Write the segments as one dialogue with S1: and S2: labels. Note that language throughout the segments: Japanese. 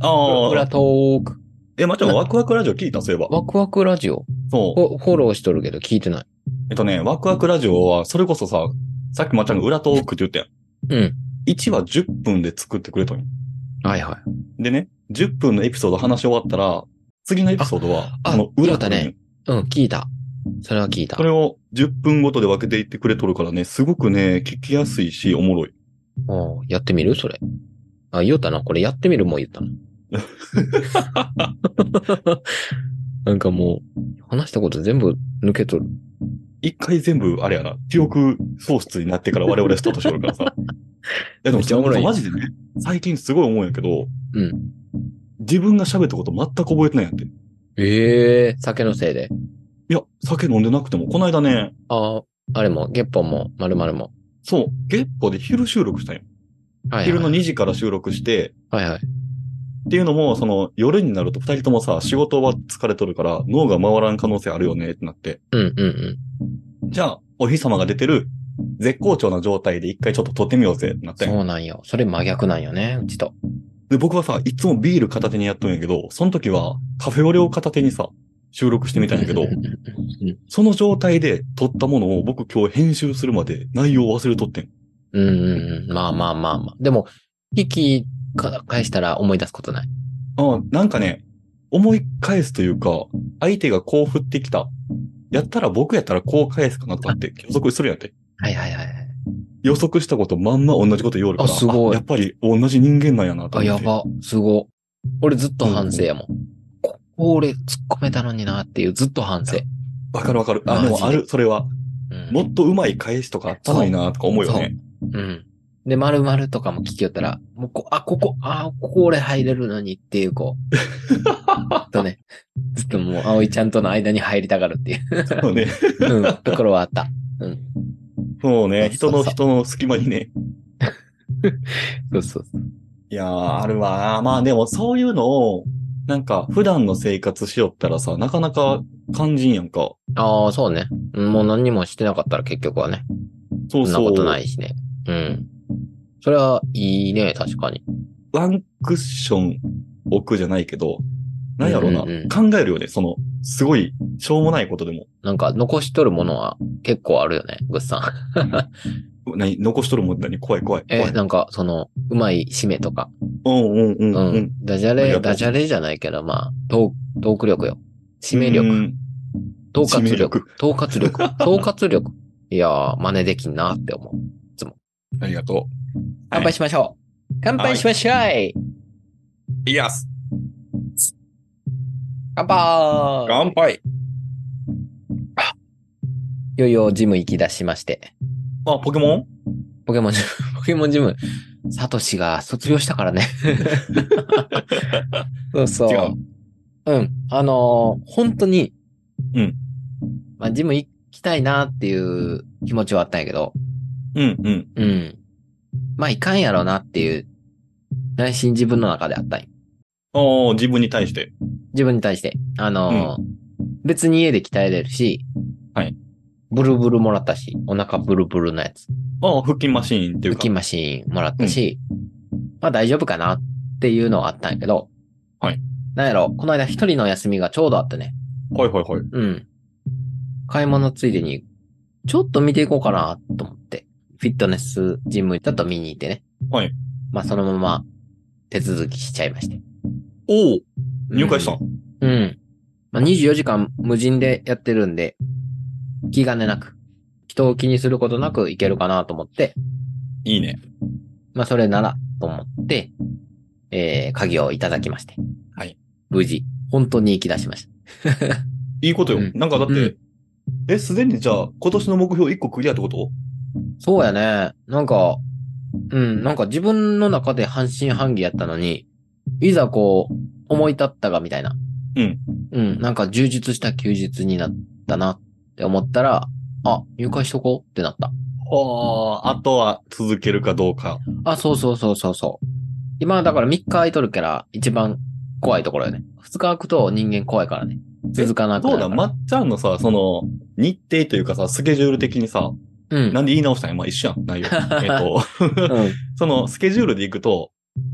S1: あ
S2: 裏
S1: あ。
S2: トーク。
S1: え、まあちょっとワクワクラジオ聞いた、そういえば。
S2: ワクワクラジオ
S1: そう。
S2: フォフォローしとるけど聞いてない。
S1: えっとね、ワクワクラジオは、それこそさ、さっきまっちゃんが裏トークって言ったやん。
S2: うん。
S1: 1話10分で作ってくれとんよ
S2: はいはい。
S1: でね、10分のエピソード話し終わったら、次のエピソードは、
S2: あ
S1: この裏トーク
S2: 言う
S1: に
S2: うん、聞いた。それは聞いた
S1: そ。れを10分ごとで分けていってくれとるからね、すごくね、聞きやすいし、おもろい。
S2: おうやってみるそれ。あ、言うたな。これやってみるもん言った な。なんかもう、話したこと全部抜けとる。
S1: 一回全部、あれやな、記憶喪失になってから我々スタートしよるから さ。いやで
S2: め
S1: も、
S2: っちゃおもろい
S1: マジでね、最近すごい思うんやけど、
S2: うん
S1: 自分が喋ったこと全く覚えてないんやって。い
S2: ええ酒のせいで。
S1: や、酒飲んでなくても、この間ね、
S2: ああ、あれも、月本も、まるまるも。
S1: そう、月歩で昼収録したんよ。
S2: はい、
S1: 昼
S2: は
S1: の
S2: い。
S1: 2時から収録して、
S2: はいは
S1: っ
S2: い。
S1: ていうのも、その、夜になると二人ともさ、仕事は疲れとるから、脳が回らん可能性あるよね、ってなって。
S2: うんうんうん。
S1: じゃあ、お日様が出てる、絶好調な状態で一回ちょっと撮ってみようぜ、ってなってん。
S2: そうなんよ。それ真逆なんよね、うちと。
S1: で、僕はさ、いつもビール片手にやっとんやけど、その時はカフェオレを片手にさ、収録してみたんやけど
S2: うん、うんうんうん
S1: その状態で撮ったものを僕今日編集するまで内容を忘れとってん。
S2: うんうんうん。まあまあまあまあ。でも、聞きか返したら思い出すことない。
S1: ああ、なんかね、思い返すというか、相手がこう振ってきた。やったら僕やったらこう返すかなとかって予測するんやって。
S2: はいはいはいはい。
S1: 予測したことまんま同じこと言おるから。
S2: あすごい
S1: やっぱり同じ人間なんやなと思っ
S2: あ、
S1: て。
S2: やば。すご。俺ずっと反省やもん。ここ俺突っ込めたのになっていう、ずっと反省。
S1: わかるわかる。あ、で
S2: マジ
S1: も
S2: で
S1: ある、それは。
S2: うん、
S1: もっと上手い返しとかあったのになとか思うよね。
S2: うん。で、まるとかも聞きよったら、もうこ、あ、ここ、あ、ここ俺入れるのにっていう、こう。ず っとね、ずっともう、葵ちゃんとの間に入りたがるっていう、
S1: そうね。
S2: うん、ところはあった。
S1: そうね。 人
S2: そうそう
S1: の人の隙間にね。
S2: そうそうそう。
S1: いやー、あるわー。まあでもそういうのを、なんか普段の生活しよったらさ、なかなか肝心やんか。
S2: ああ、そうね。うんもう何にもしてなかったら結局はね、
S1: そう
S2: そんな
S1: そう。
S2: ことないしね。うん。それはいいね、確かに。
S1: ワンクッション置くじゃないけど、なんやろうな。
S2: うんうん
S1: 考えるよね。その、すごい、しょうもないことでも。
S2: なんか、残しとるものは結構あるよね、ぐっさん。
S1: 何残しとるもんだに怖い怖い怖
S2: え、
S1: い。
S2: なんか、その、うまい締めとか。
S1: うんうんう
S2: うんん。
S1: うん。
S2: ダジャ
S1: ありが
S2: レ、
S1: とう
S2: ダジャレじゃないけど、まあ、トートーク力よ。締め力。
S1: うん。
S2: 統括
S1: 締め
S2: 力
S1: 力。
S2: 統括 力。統括力。いやー、真似できんなって思う。
S1: ありがと
S2: 乾杯しましょう。乾杯しましょう。
S1: う。イエス
S2: 乾杯。
S1: 杯
S2: いよいよジム行き出しまして。
S1: あ、ポケモン
S2: ポケモンジム、ポ ケモンジム、サトシが卒業したか らね。そうそう。
S1: 違う
S2: うん。あのー本当に、
S1: うん。
S2: まあ、ジム行きたいなっていう気持ちはあったんやけど、
S1: うんうん。
S2: うん。まあ、いかんやろなっていう、内心自分の中であったんよ
S1: ああ、自分に対して。
S2: 自分に対して。あのー別に家で鍛えれるし、
S1: はい。
S2: ブルブルもらったし、お腹ブルブルのやつ、
S1: ああ、腹筋マシーンっていう
S2: 腹
S1: か。
S2: 筋マシーンもらったし、まあ大丈夫かなっていうのはあったんやけど、
S1: はい。
S2: なんやろ、この間一人の休みがちょうどあってね、
S1: はいはいはい。
S2: うん。買い物ついでに、ちょっと見ていこうかなと思って、フィットネスジムちょっと見に行ってね。
S1: はい。
S2: まあ、そのまま手続きしちゃいまして。
S1: おお入会したん、
S2: うん。うん。まあ、24時間無人でやってるんで、気兼ねなく、人を気にすることなく行けるかなと思って、
S1: いいね。
S2: まあ、それならと思って、えー、鍵をいただきまして。
S1: はい。
S2: 無事、本当に行き出しました。
S1: いいことよ。
S2: うん
S1: なんかだって、
S2: うん
S1: え、すでにじゃあ、今年の目標1個クリアってこと
S2: そうやね。なんか、うん、なんか自分の中で半信半疑やったのに、いざこう、思い立ったがみたいな。
S1: うん。
S2: うん、なんか充実した休日になったなって思ったら、あ、入会しとこうってなった。
S1: ああ、あとは続けるかどうか。
S2: あ、そうそうそうそうそう。今だから3日空いとるから一番怖いところよね。2日空くと人間怖いからね。続かなくな
S1: どう
S2: るか
S1: だ、
S2: ら。
S1: まっちゃんのさ、その、日程というかさ、スケジュール的にさ、
S2: うん。
S1: なんで言い直したんやまあ一緒やん、内容。えっと、
S2: うん。
S1: その、スケジュールで行くと、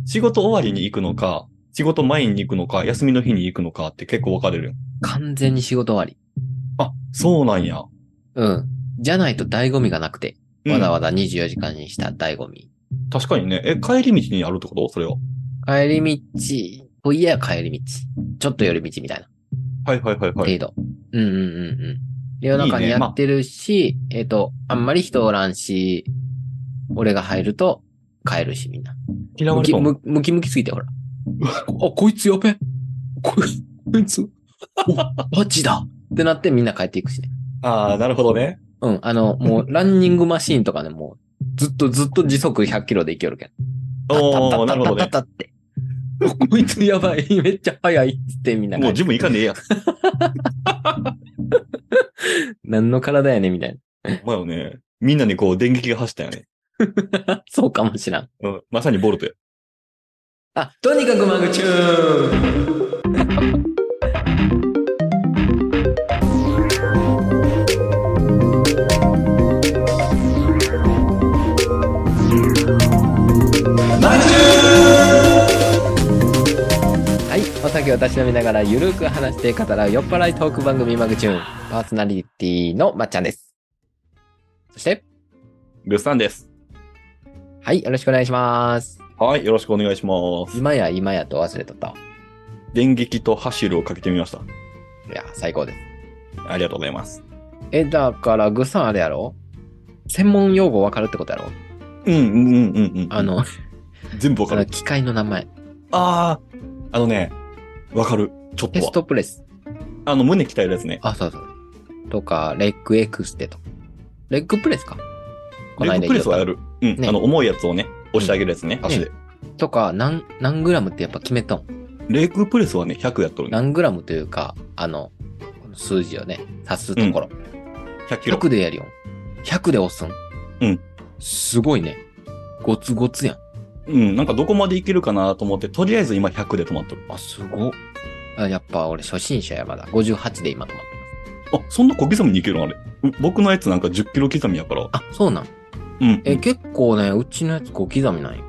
S1: 仕事終わりに行くのか、仕事前に行くのか、休みの日に行くのかって結構分かれるよ。
S2: 完全に仕事終わり。
S1: あ、そうなんや。
S2: うん。じゃないと醍醐味がなくて。
S1: うん
S2: わざわざ24時間にした醍醐味。
S1: 確かにね。え、帰り道にあるってことそれは。
S2: 帰り道、おいや帰り道。ちょっと寄り道みたいな
S1: はいはいはいはい。
S2: 程度。うんうんうんうん。で夜中
S1: いい
S2: に
S1: ね
S2: や
S1: まあ
S2: ってるし、えっ、と、あんまり人おらんし、俺が入ると帰るし、みんな。
S1: 嫌わ
S2: ム
S1: れ
S2: キ
S1: たん。
S2: ムムキムキすぎて、ほら。 あ、こいつやべ。こいつ。 マジだってなってみんな帰っていくしね。
S1: ああ、なるほどね。
S2: うん、あの、もう、ランニングマシーンとかね、もう、ずっとずっと時速100キロで行けるけん。
S1: おー、
S2: タ
S1: なる
S2: ッタ
S1: ほどね。
S2: ッタッタッタッタッって。 こいつやばい、めっちゃ速いっつってみんな帰
S1: もう
S2: る。
S1: ジム行かねえや。
S2: 何の体やねんみたい
S1: まよね。みんなにこう電撃が走ったよね。
S2: な。 そうかもしらん。
S1: うん。まさにボルトや。
S2: あ、とにかくマグチューンはい、お酒をたしなみながらゆるく話して語らう酔っ払いトーク番組マグチューン。パーソナリティのまっちゃんです。そして、
S1: ルスさんです。
S2: はい、よろしくお願いします。
S1: はい。よろしくお願いします。
S2: 今や今やと忘れとったわ。
S1: 電撃と走るをかけてみました。
S2: いや、最高です。
S1: ありがとうございます。
S2: え、だから、ぐさんあれやろ専門用語わかるってことやろ
S1: うん、うん、うん、うんうん。
S2: あ、の、
S1: 全部わ
S2: そ
S1: か
S2: の
S1: る。
S2: 機械の名前。
S1: ああ、あのね、わかる。ちょっと
S2: テ
S1: は
S2: ス。トプレス。
S1: あの、胸鍛えるやつね。
S2: あ、そうそう。とか、レッグエクステとか。レッグプレスか。こ
S1: レ
S2: の間
S1: ッグプレスはやる。うん。
S2: ね
S1: あの、重いやつをね、押してあげるやつね、足で。
S2: とか、何、何グラムってやっぱ決めたん
S1: レッグプレスはね、100やっとるね。
S2: 何グラムというか、あの、この数字をね、足すところ。
S1: 100キロ。
S2: 100でやるよ。100で押すん。
S1: うん。
S2: すごいね。ゴツゴツやん。
S1: うん、なんかどこまでいけるかなと思って、とりあえず今100で止まっとる。
S2: あ、すごっ。あやっぱ俺初心者やまだ。58で今止まって
S1: あ、そんな小刻みにいけるのあれ。う僕のやつなんか10キロ刻みやから。
S2: ます。あ、そうなん
S1: うん。
S2: え、結構ね、うちのやつ5刻みなんよ。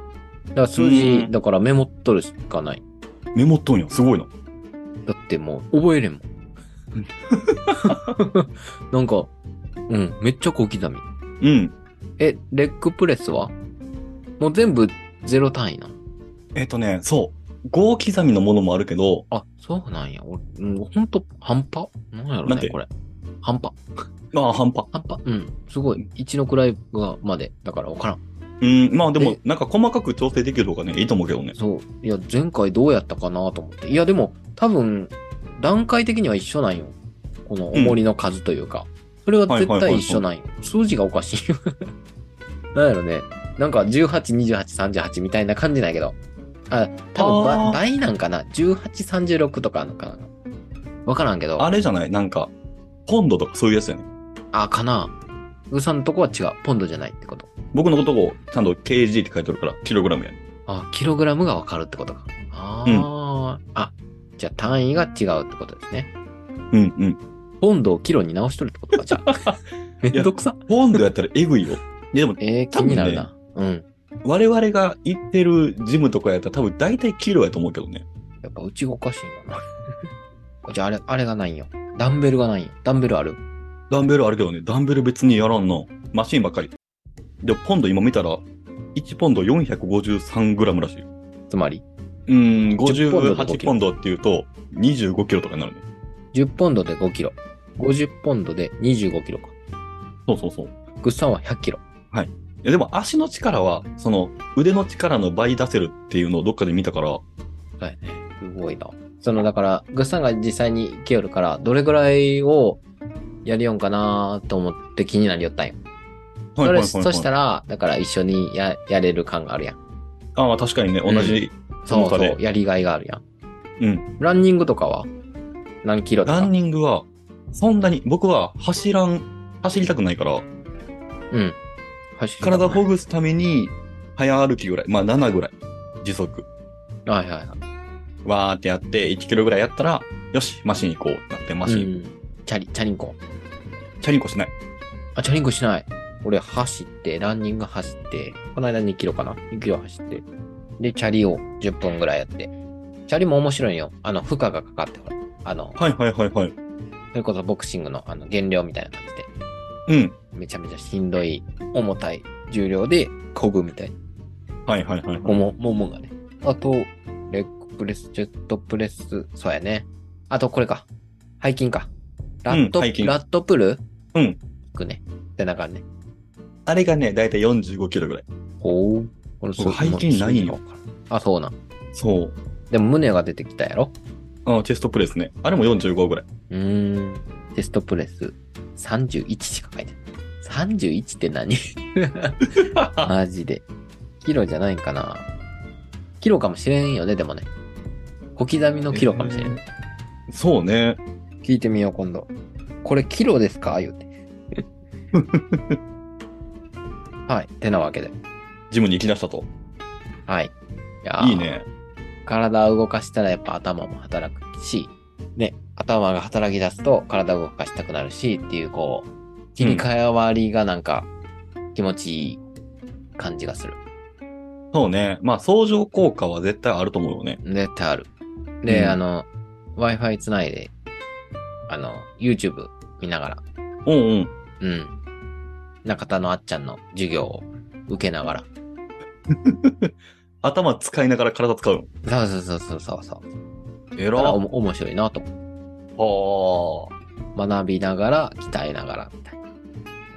S2: だから数字
S1: う、ん
S2: だからメモっとるしかない。
S1: メモっとんや。すごいな。
S2: だってもう、覚え れんもん。なんか、うん、めっちゃ5刻
S1: う
S2: み。
S1: ん。
S2: え、レッグプレスはもう全部ゼロ単位なの
S1: えっ、とね、そう。5刻みのものもあるけど、
S2: あ、そうなんや。俺、うん、ほんと、半端なんやろ
S1: なん
S2: ね、
S1: て
S2: これ。半端。
S1: まあ、半端。
S2: 半端うん。すごい。一の位がまで。だからわからん。
S1: うん、まあでも
S2: え、
S1: なんか細かく調整できる方がね、いいと思うけどね。
S2: そう。いや、前回どうやったかなと思って。いや、でも、多分、段階的には一緒なんよ。この重りの数というか。それは絶対一緒なんよ。数字がおかしいよ。 なんやろね。なんか、18、28、38みたいな感じなんやけど。あ、多分
S1: あ
S2: ば
S1: ー
S2: 倍なんかな。18、36とかなんかな。わからんけど。
S1: あ
S2: あ
S1: れじゃないなんか、ポンドとかそういうやつやね。
S2: かな。うさんのとこは違う。ポンドじゃないってこと。
S1: 僕のことをちゃんと KG って書いてあるから、キログラムやね。
S2: あ、キログラムがわかるってことか。ああ、あ、じゃあ単位が違うってことですね。
S1: うんうん。
S2: ポンドをキロに直しとるってことか、じゃあ。めんどくさ。
S1: ポンドやったらエグいよ。いやでも、
S2: えー、気
S1: 多分ね
S2: になるな。うん。
S1: 我々が行ってるジムとかやったら多分大体キロやと思うけどね。
S2: やっぱうちがおかしいんかな。 じゃあ、あれ、あれがないんよ。ダンベルがないんよ。ダンベルある
S1: ダンベルあるけどね、ダンベル別にやらんの。マシンばっかり。で、ポンド今見たら、1ポンド453グラムらしい。
S2: つまり、
S1: うん、
S2: 10ポンドと5
S1: 58ポンドっていうと、25キロとかになるね。
S2: 10ポンドで5キロ。50ポンドで25キロか。
S1: そうそうそう。い
S2: グッサンは100キロ。
S1: やでも足の力は、その腕の力の倍出せるっていうのをどっかで見たから、
S2: はいね。すごいな。その、だから、グッサンが実際に行けよるから、どれぐらいをやりよんかなと思って気になりよったんよ。それ、そした
S1: ら。
S2: ら、だから一緒にや、やれる感があるやん。
S1: あまあ確かにね、同じ。
S2: そう
S1: その他
S2: そ
S1: で
S2: う、やりがいがあるやん。
S1: うん。
S2: ランニングとかは何キロとか
S1: ランニングは、そんなに、僕は走らん、走りたくないから、
S2: うん。走りたくない
S1: 体ほぐすために、早歩きぐらい、まあ7ぐらい、時速。
S2: はいはいは
S1: わーってやって、1キロぐらいやったら、よし、マシン行こうってなって、マ
S2: い。
S1: シン、
S2: うんチャリ、チャリンコ。
S1: チャリンコしない。
S2: あ、チャリンコしない。俺走って、ランニング走って、この間2キロかな ?2 キロ走って。で、チャリを10分ぐらいやって。チャリも面白いよ。あの、負荷がかかって、ほら。あの、
S1: はいはいはいはい。
S2: それこそボクシングのあの減量みたいな感じで、
S1: うん。
S2: めちゃめちゃしんどい、重たい重量で漕ぐみたいな。
S1: はいはいはい、
S2: も
S1: はい。
S2: も、ももがね。あと、レッグプレス、ジェットプレス、そうやね。あと、これか。背筋か。ラット、
S1: うん背筋
S2: ラットプル
S1: うん。
S2: くね。背中ね。
S1: あれがね、だいたい45キロぐらい。
S2: ほう。この
S1: 僕背筋ないんよ。
S2: あ、そうなん。
S1: そう。
S2: でも胸が出てきたやろ
S1: あチェストプレスね。あれも45ぐらい。
S2: うーん。テストプレス31しか書いてない。31って何 マジで。キロじゃないんかな。キロかもしれんよね、でもね。小刻みのキロかもしれん。
S1: えーそうね。
S2: 聞いてみよう、今度。これキロですか言 うて。はい。てなわけで。
S1: ジムに行き出したと。
S2: はい。いやー
S1: いい。ね。
S2: 体を動かしたらやっぱ頭も働くし、ね、頭が働き出すと体を動かしたくなるしっていう、こう、切り替わりがなんか気持ちいい感じがする。
S1: そうね。まあ、相乗効果は絶対あると思うよね。
S2: 絶対ある。で、
S1: うん
S2: あの、Wi-Fi つないで、あの、YouTube 見ながら、
S1: うんうん。
S2: うん。中田のあっちゃんの授業を受けながら。
S1: 頭使いながら体使うの。
S2: そうそうそうそうそう。
S1: え
S2: だから
S1: ら
S2: おも面白いなと。
S1: は
S2: 学びながら、鍛えながら、みたいな。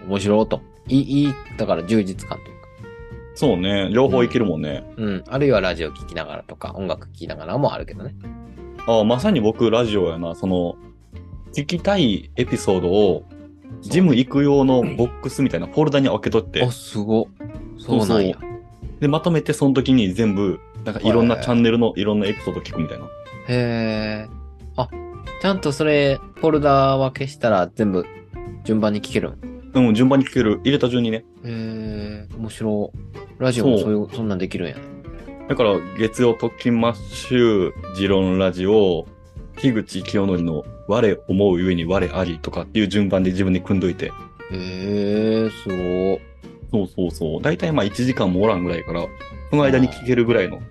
S2: 面白いと。いい、いい、だから充実感というか。
S1: あ。そうね。両方いけるもんね。
S2: うん。あるいはラジオ聞きながらとか、音楽聞きながらもあるけどね。
S1: ああ、まさに僕、ラジオやな。その、聞きたいエピソードを、ジム行く用のボックスみたいなフォルダに分けとって
S2: あ、、すご。そうなんや。
S1: で、まとめてその時に全部、なんかいろんなチャンネルのいろんなエピソード聞くみたいな。
S2: へえ。あ、ちゃんとそれ、フォルダ分けしたら全部順番に聞けるん
S1: うん、順番に聞ける。入れた順にね。
S2: へえ、面白い。ラジオも
S1: そ
S2: そうういう、そんなんできるんやね。
S1: だから、月曜特勤マッシュ、ジロンラジオ、樋口清則の我思うゆえに我ありとかっていう順番で自分で組んどいて。
S2: へえ、すご。
S1: そうそうそう。だいたいまあ1時間もおらんぐらいから、その間に聞けるぐらいの。
S2: は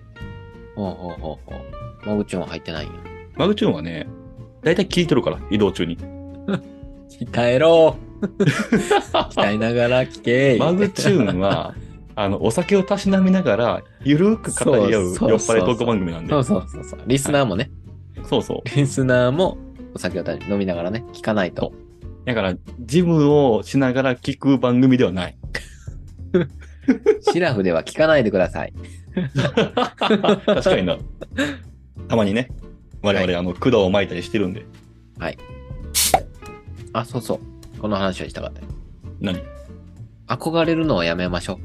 S2: あ、はあはあはあ、マグチューンは入ってないんや。
S1: マグチューンはね、だいたい聞いてるから、移動中に。
S2: 鍛えろ鍛えながら聞け
S1: マグチューン は、あの、お酒をたしなみながら、ゆるーく語り合う酔っ
S2: そうそうそう
S1: 払いトーク番組なんで。
S2: そうそうそうそう。リスナーもね、
S1: そうそう。
S2: リスナーもお酒を飲みながらね、聞かないと。
S1: だから、ジムをしながら聞く番組ではない。
S2: シラフでは聞かないでください。
S1: 確かにな。 たまにね、我々、
S2: は
S1: あの、管を巻いたりしてるんで。
S2: あ、そうそう。この話をしたかったよ。
S1: 何
S2: 憧れるのをやめましょ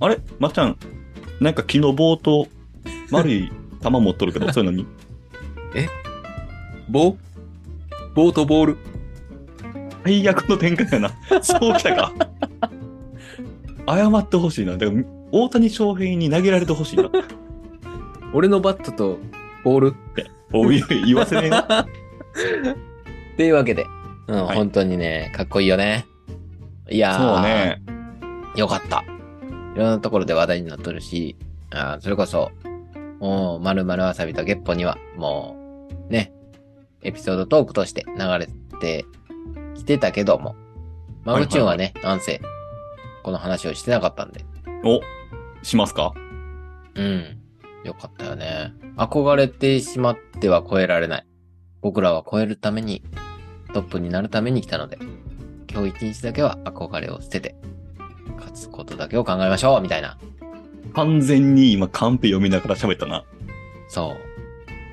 S1: あれまっちゃん、なんか木の棒と丸い玉持っとるけ ど、そういうのに。
S2: う。棒棒とボール。
S1: 最悪の展開 やな。そうきたか。謝ってほしいな。だから、大谷翔平に投げられてほしい な。
S2: 俺のバットとボール。
S1: おい言わせねえな。
S2: というわけで、うん、
S1: はい
S2: 本当にね、かっこいいよね。いやー、
S1: そうね。
S2: よかった。いろんなところで話題になっとるし、あーそれこそ、もう、まるまるわさびと月歩には、もう、ね、エピソードトークとして流れてきてたけども、マグチューンはね、なんせ、この話をしてなかったんで、
S1: お、しますか
S2: うん、よかったよね。憧れてしまっては超えられない。僕らは超えるために、トップになるために来たので、今日一日だけは憧れを捨てて、勝つことだけを考えましょうみたいな。
S1: 完全に今、カンペ読みながら喋ったな。
S2: そう。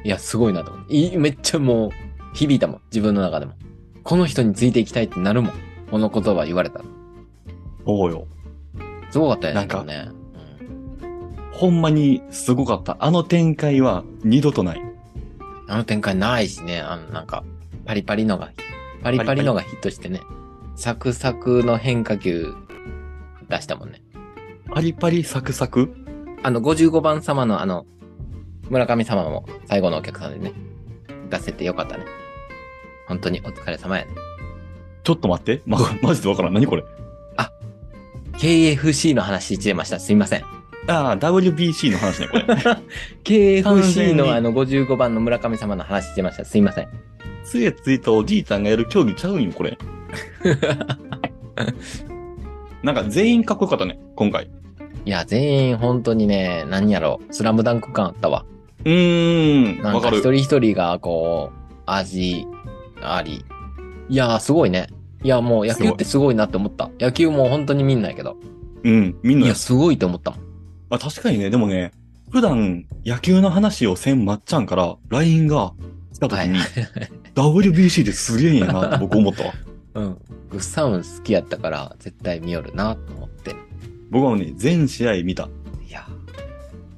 S2: いや、すごいなと思って。いめっちゃもう、響いたもん。自分の中でも。この人についていきたいってなるもん。この言葉言われたら。
S1: おうよ。
S2: すごかったよね。
S1: なんか
S2: でもね。
S1: ほんまにすごかった。あの展開は二度とない。
S2: うんあの展開ないしね。あの、なんか、パリパリのが、パリパリのがヒットしてね。サクサクの変化球出したもんね。
S1: パリパリサクサク
S2: あの、55番様のあの、村上様も最後のお客さんでね、出せてよかったね。本当にお疲れ様やね。
S1: ちょっと待って。ま、マジでわからん。何これ
S2: KFC の話しちゃいました。すいません。
S1: ああ、WBC の話ね、これ。 完全
S2: KFC
S1: に
S2: のあの55番の村上様の話してました。すいません。
S1: 杖ついたおじいちゃんがやる競技ちゃうんよ、 これ。なんか全員かっこよかったね、今回。
S2: いや、全員本当にね、何やろ、スラムダンク感あったわ。
S1: うーん、
S2: な
S1: わ
S2: んか
S1: か
S2: 一
S1: る。
S2: 人一人がこう、味あり。いやー、すごいね。いや、もう野球ってすごいなって思った。野球もう本当にみんなやけど。
S1: うん、みん
S2: い
S1: な
S2: や、、すごいと思ったもん。
S1: あ、確かにね、でもね、普段野球の話をせんまっちゃんから LINE が来た時に、
S2: は
S1: WBC ですげえんやなって僕思ったわ。
S2: うん。グッサウン好きやったから、絶対見よるなと思って。
S1: 僕はね、全試合見た。
S2: いや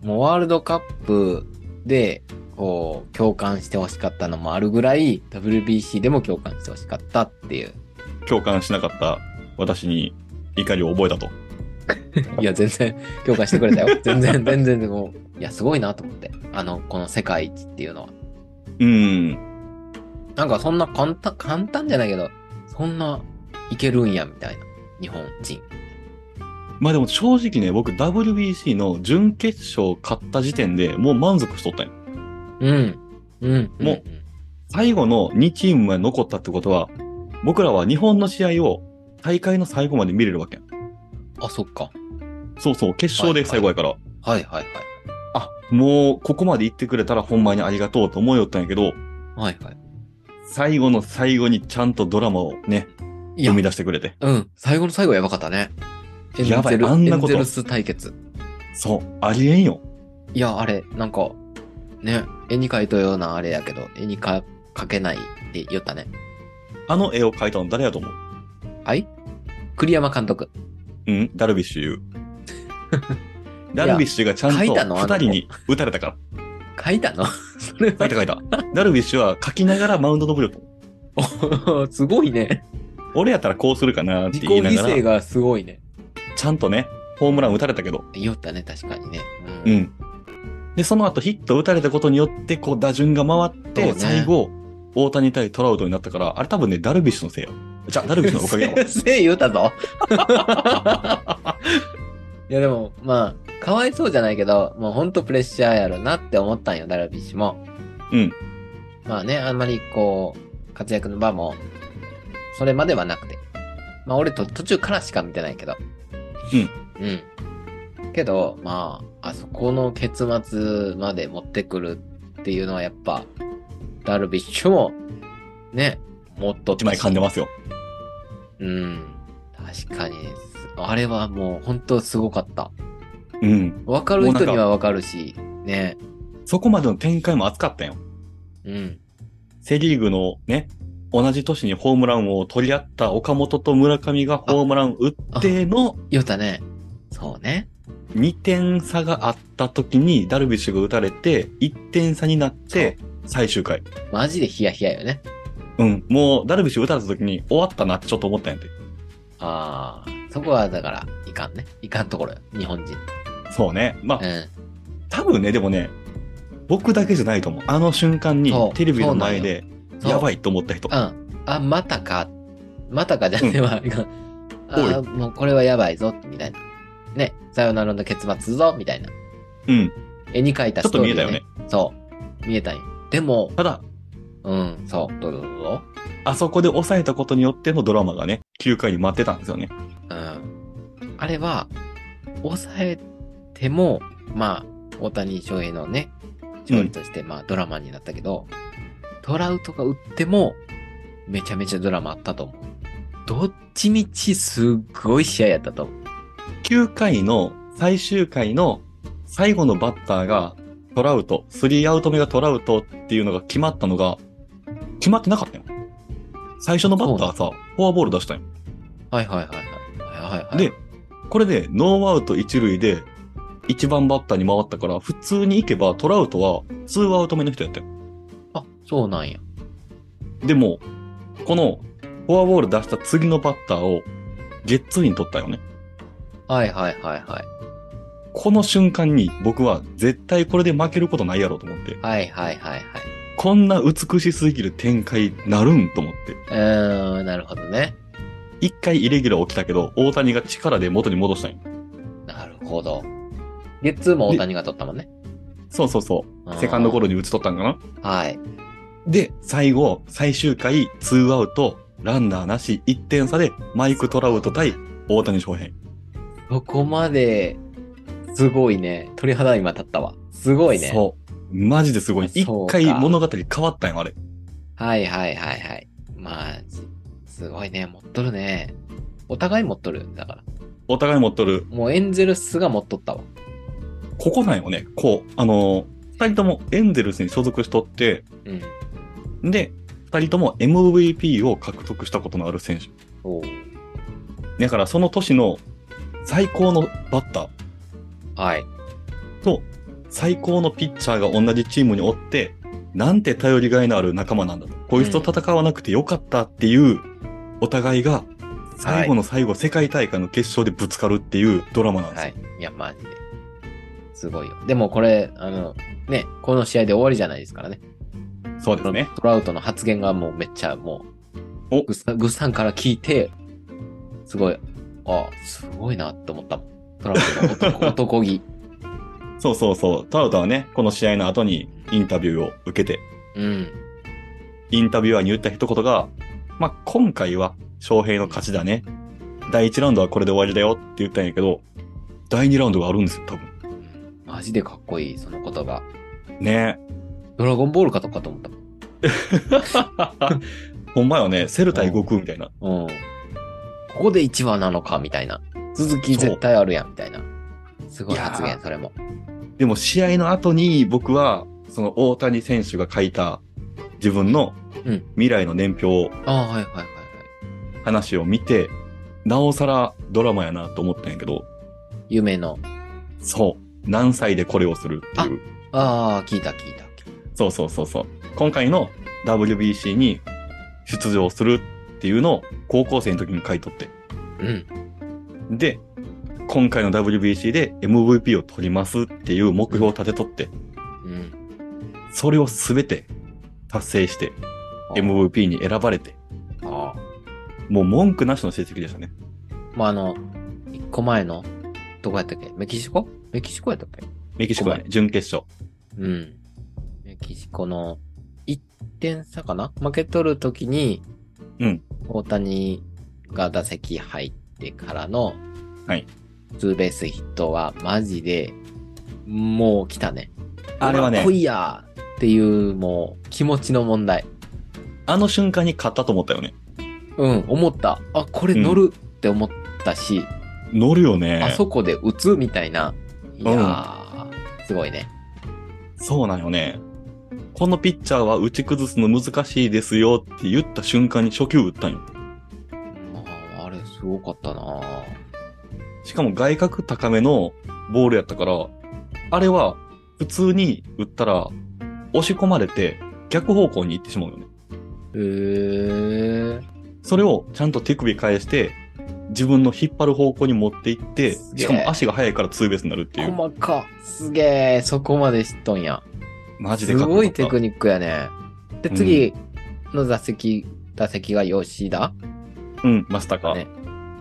S2: ーもうワールドカップで、こう、共感してほしかったのもあるぐらい、WBC でも共感してほしかったっ ていう。
S1: 共感しなかった私に怒りを覚えたと。
S2: いや、全然、共感してくれたよ。 全然、全然、もう、いや、すごいなと思って。あの、この世界一っていうのは。
S1: うん。
S2: なんかそんな簡単、簡単じゃないけど、そんないけるんや、みたいな。日本人。
S1: まあでも正直ね、僕 WBC の準決勝勝った時点でもう満足しとったんよ
S2: うん。うん。
S1: もう最後の2チームまで残ったってことは、僕らは日本の試合を大会の最後まで見れるわけやん。
S2: うん。あ、そっか。
S1: そうそう、決勝で最後やから。
S2: はいはい
S1: あ、もうここまで行ってくれたらほんまにありがとうと思いよったんやけど、
S2: はい。はいはい。
S1: 最後の最後にちゃんとドラマをね、
S2: いや
S1: 生み出してくれて。
S2: うん。最後の最後やばかったね。エンゼ
S1: やばい
S2: ル、
S1: あんな
S2: エン
S1: こと
S2: ゼルス対決。
S1: そう、ありえんよ。
S2: いや、あれ、なんか、ね、絵に描いたようなあれやけど、絵にか描けないって言ったね。
S1: あの絵を描いたの誰やと思う
S2: はい栗山監督。
S1: うんダルビッシュ 有。ダルビッシュがちゃんと
S2: 書いたのあの子
S1: 二人に打たれたか
S2: 描いたの それ
S1: ら。書いた書いた。ダルビッシュは書きながらマウンド登るよと。
S2: は、すごいね。
S1: 俺やったらこうするかなって
S2: 自己
S1: 言い
S2: 犠
S1: なが
S2: 牲
S1: ら、
S2: がすごいね。
S1: ちゃんとね、ホームラン打たれたけど。
S2: 言ったね、確かにね。
S1: う。ん。で、その後ヒット打たれたことによって、こう打順が回っ
S2: そう
S1: て、
S2: ね。
S1: 最後、大谷対トラウトになったから、あれ多分ね、ダルビッシュのせいよ。じゃあ、ダルビッシュのおかげやわ
S2: せえ言うたぞ。 いやでも、まあ、かわいそうじゃないけど、もうほんとプレッシャーやろなって思ったんよ、ダルビッシュも。
S1: うん。
S2: まあね、あんまりこう、活躍の場も、それまではなくて。まあ俺と途中からしか見てないけど。うん。うん。けど、まあ、あそこの結末まで持ってくるっていうのはやっぱ、ダルビッシュも、ね、もっと
S1: 一枚噛んでますよ。
S2: うん。確かにです。あれはもう本当すごかった。
S1: うん。
S2: わかる人にはわかるし、ね。
S1: そこまでの展開も熱かったよ。
S2: うん。
S1: セリーグのね、同じ年にホームランを取り合った岡本と村上がホームラン打っての
S2: 言うたね。そうね。
S1: 2点差があった時にダルビッシュが打たれて1点差になって最終回。
S2: マジでヒヤヒヤよね。
S1: うん。もうダルビッシュ打たれた時に終わったなってちょっと思ったんやて。
S2: ああ。そこはだから、いかんね。いかんところよ。日本人。
S1: そうね。まあ
S2: う、ん。
S1: 多分ね、でもね、僕だけじゃないと思う。あの瞬間に
S2: そう
S1: テレビの前で
S2: そう
S1: やばいと思った人。
S2: うん。あ、またか。またかじゃねえわ。いかんあ
S1: おい
S2: ーもうこれはやばいぞ。みたいな。ね。さよならの結末ぞ。みたいな。
S1: うん。
S2: 絵に描いた
S1: ちょ
S2: ス
S1: っと
S2: トー
S1: 見
S2: リ
S1: え
S2: ー、
S1: た
S2: ね。
S1: よね。
S2: そう。見えたんよ。でも、
S1: ただ、
S2: うん、そう。どうぞどうぞ。
S1: あそこで抑えたことによってのドラマがね、9回に待ってたんですよね。
S2: うん。あれは、抑えても、まあ、大谷翔平のね、勝利として、まあ、ドラマになったけど、トラウトが打っても、めちゃめちゃドラマあったと思う。どっちみちすっごい試合やったと思う。
S1: 9回の最終回の最後のバッターがトラウト、3アウト目がトラウトっていうのが決まったのが、決まってなかったよ。最初のバッターさ、フォアボール出したんよ。
S2: はいはいはいはい。はいはいはい。
S1: で、これでノーアウト一塁で一番バッターに回ったから、普通に行けばトラウトは2アウト目の人やったよ。
S2: あ、そうなんや。
S1: でも、このフォアボール出した次のバッターをゲッツーに取ったよね。
S2: はいはいはいはい。
S1: この瞬間に僕は絶対これで負けることないやろうと思って。
S2: はいはいはいはい。
S1: こんな美しすぎる展開なるんと思って。
S2: うーん、なるほどね。
S1: 一回イレギュラー起きたけど、大谷が力で元に戻したんよ
S2: なるほど。ゲッツーも大谷が取ったもんね。
S1: そうそうそう。セカンドゴロに打ち取ったんかな
S2: はい。
S1: で、最後、最終回、ツーアウト、ランナーなし、1点差で、マイク・トラウト対大谷翔平。
S2: そこまで、すごいね。鳥肌今立ったわ。すごいね。
S1: そう。マジですごい。一
S2: そうか
S1: 回物語変わったんよ、あれ。
S2: はいはいはいはい。まあ、すすごいね。持っとるね。お互い持っとる。だから。
S1: お互い持っとる。
S2: もうエンゼルスが持っとったわ。
S1: ここなんよね。こう、あのー二人ともエンゼルスに所属しとって、
S2: うん。
S1: で、二人とも MVP を獲得したことのある選手。
S2: おう
S1: だからその年の最高のバッター
S2: はい。
S1: と最高のピッチャーが同じチームにおって、なんて頼りがいのある仲間なんだと。こいつと戦わなくてよかったっていう、お互いが最後の最後、世界大会の決勝でぶつかるっていうドラマなんですよ。
S2: はい。いや、マジで。すごいよ。でもこれ、あの、ね、この試合で終わりじゃないですからね。
S1: そうですね。
S2: トラウトの発言がもうめっちゃもう、
S1: お
S2: グッサングッサンから聞いて、すごい、あすごいなって思ったもん。トラウトの男 男気。
S1: そうそうそう。トラウトはね、この試合の後にインタビューを受けて、
S2: うん。
S1: インタビュアーに言った一言が、まあ、今回は翔平の勝ちだね。第1ラウンドはこれで終わりだよって言ったんやけど、第2ラウンドがあるんですよ、多分。
S2: マジでかっこいい、その言葉。
S1: ね
S2: ドラゴンボールかとかと思ったも
S1: え。ほんまよね、セル対悟空みたいな。
S2: ん。うん。ここで1話なのか、みたいな。続き絶対あるやん、みたいな。すごい発
S1: いや
S2: 言、それも。
S1: でも試合の後に僕は、その大谷選手が書いた自分の
S2: うん
S1: 未来の年表を、
S2: ああ、はいはいはいはい。
S1: 話を見て、なおさらドラマやなと思ったんやけど、
S2: 夢の。
S1: そう。何歳でこれをするっていう。
S2: ああ、聞いた聞いた。
S1: そうそうそうそう。今回の WBC に出場するっていうのを高校生の時に書いとって。
S2: うん。
S1: で、今回の WBC で MVP を取りますっていう目標を立てとって、
S2: うん。
S1: それをすべて達成して MVP に選ばれて、
S2: ああ。
S1: もう文句なしの成績でしたね。
S2: まあ、あの、一個前の、どこやったっけメキシコメキシコやったっけ
S1: メキシコはね、準決勝。
S2: うん。メキシコの、1点差かな負け取るときに、
S1: うん。
S2: 大谷が打席入ってからの、
S1: はい。
S2: ツーベースヒットは、マジで、もう来たね。
S1: あれはね
S2: うわ来いやーっていう、もう、気持ちの問題。
S1: あの瞬間に勝ったと思ったよね。
S2: うん、思った。あ、これ乗るって思ったし、
S1: 乗るよね。
S2: あそこで打つみたいな。いやー、すごいね。
S1: そうなんよね。このピッチャーは打ち崩すの難しいですよって言った瞬間に初球打ったんよ。
S2: まあ、あれすごかったな
S1: しかも外角高めのボールやったから、あれは普通に打ったら押し込まれて逆方向に行ってしまうよね。
S2: へえ
S1: それをちゃんと手首返して、自分の引っ張る方向に持っていって
S2: す、げ
S1: し
S2: え
S1: かも足が速いからツーベースになるっていう。
S2: 細か。すげえ、そこまでしとんや。
S1: マジですかっこ
S2: ご
S1: よ
S2: い
S1: か
S2: テ
S1: った
S2: ク。ニックやね。で、
S1: うん
S2: 次の打席、打席が吉田
S1: うん、マスターか。
S2: ね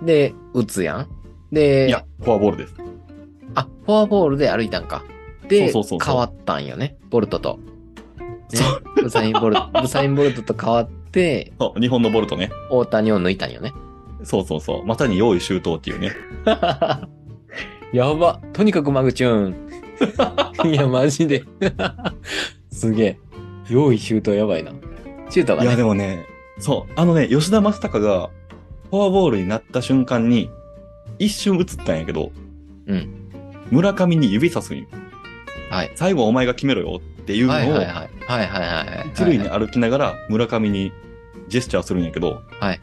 S2: で、打つやん。
S1: い
S2: で
S1: や、、フォアボールです。
S2: あ、フォアボールで歩いたんか。で、
S1: そうそうそうそう
S2: 変わったんよね。ボルトと。ね
S1: そ、
S2: ウサイン ボルト、ウサインボルトと変わって、
S1: そう、日本のボルトね。
S2: 大谷を抜いたん よね。
S1: そうそうそう。まさに用意周到っていうね。
S2: やば。とにかくマグチュ ーン。いや、マジで。すげえ。用意周到やばいな。シュートが
S1: いや、
S2: ね。
S1: でもね、そう、あのね、吉田正尚がフォアボールになった瞬間に、一瞬映ったんやけど、
S2: うん
S1: 村上に指さすんよ。
S2: はい
S1: 最後はお前が決めろよっていうのを、
S2: はいはいはい。はいはいはいはい。
S1: 一塁に歩きながら村上にジェスチャーするんやけど、
S2: はい。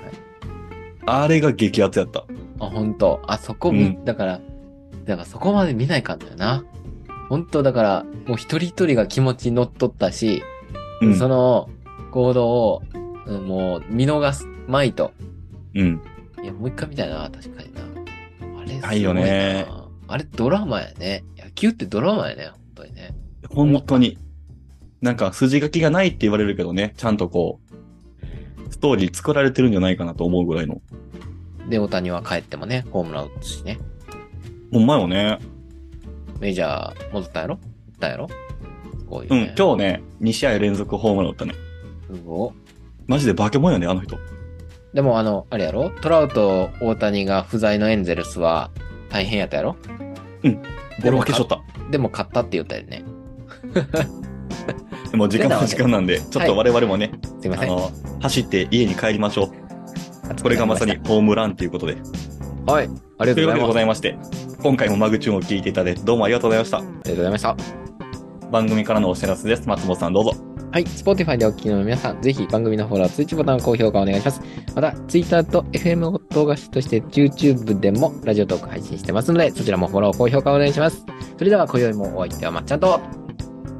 S1: あれが激アツやった。
S2: あ、本当あ、そこ見、
S1: うん
S2: だから、だからそこまで見ないかんだよな。本当だから、もう一人一人が気持ちに乗っとったし、
S1: うん。
S2: その行動を、うんもう見逃すまいと。
S1: うん、
S2: いや、もう一回見たいな、確かにな。あれすごいな、
S1: ないよね
S2: あれドラマやね。野球ってドラマやね、本当にね。
S1: 本当に。なんか筋書きがないって言われるけどね、ちゃんとこう、ストーリー作られてるんじゃないかなと思うぐらいの。
S2: で、大谷は帰ってもね、ホームラン打つしね。
S1: ほんまよね。
S2: メジャー戻ったやろ戻ったやろすごい
S1: う
S2: よ
S1: ん
S2: ね。、
S1: 今日ね、2試合連続ホームラン打ったね。
S2: すごい
S1: マジで化け物やね、あの人。
S2: でもあの、あれやろトラウト、大谷が不在のエンゼルスは大変やったやろ
S1: ボロ負けしとった。
S2: でも勝ったって言ったよね。
S1: もう時間
S2: 出た
S1: も
S2: わね
S1: 時間なんで、ちょっと我々もね、
S2: すいませ
S1: あ
S2: ん。
S1: の、走って家に帰りましょう。これがまさに。ホームランということで。
S2: はい。ありが
S1: とい
S2: と
S1: う
S2: う
S1: わ
S2: ご
S1: け
S2: ざ
S1: で
S2: い
S1: ご
S2: ます。あ
S1: ざいまして、今回もマグチューンを聞いていただいて、どうもありがとうございました。
S2: りがとうございました。
S1: 番組からのお知らせです。松本さんどうぞ。
S2: はい、Spotify でお聞きの皆さん、ぜひ番組のフォロー、通知ボタン、高評価お願いします。また、Twitter と FM を動画として YouTube でもラジオトーク配信してますので、そちらもフォロー、高評価お願いします。それでは、今宵もお相手はまっちゃんと、ありが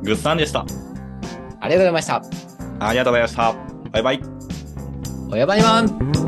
S1: グッサンでした。
S2: とうございました。
S1: ありがとうございました。バイバイ。
S2: おやばいまん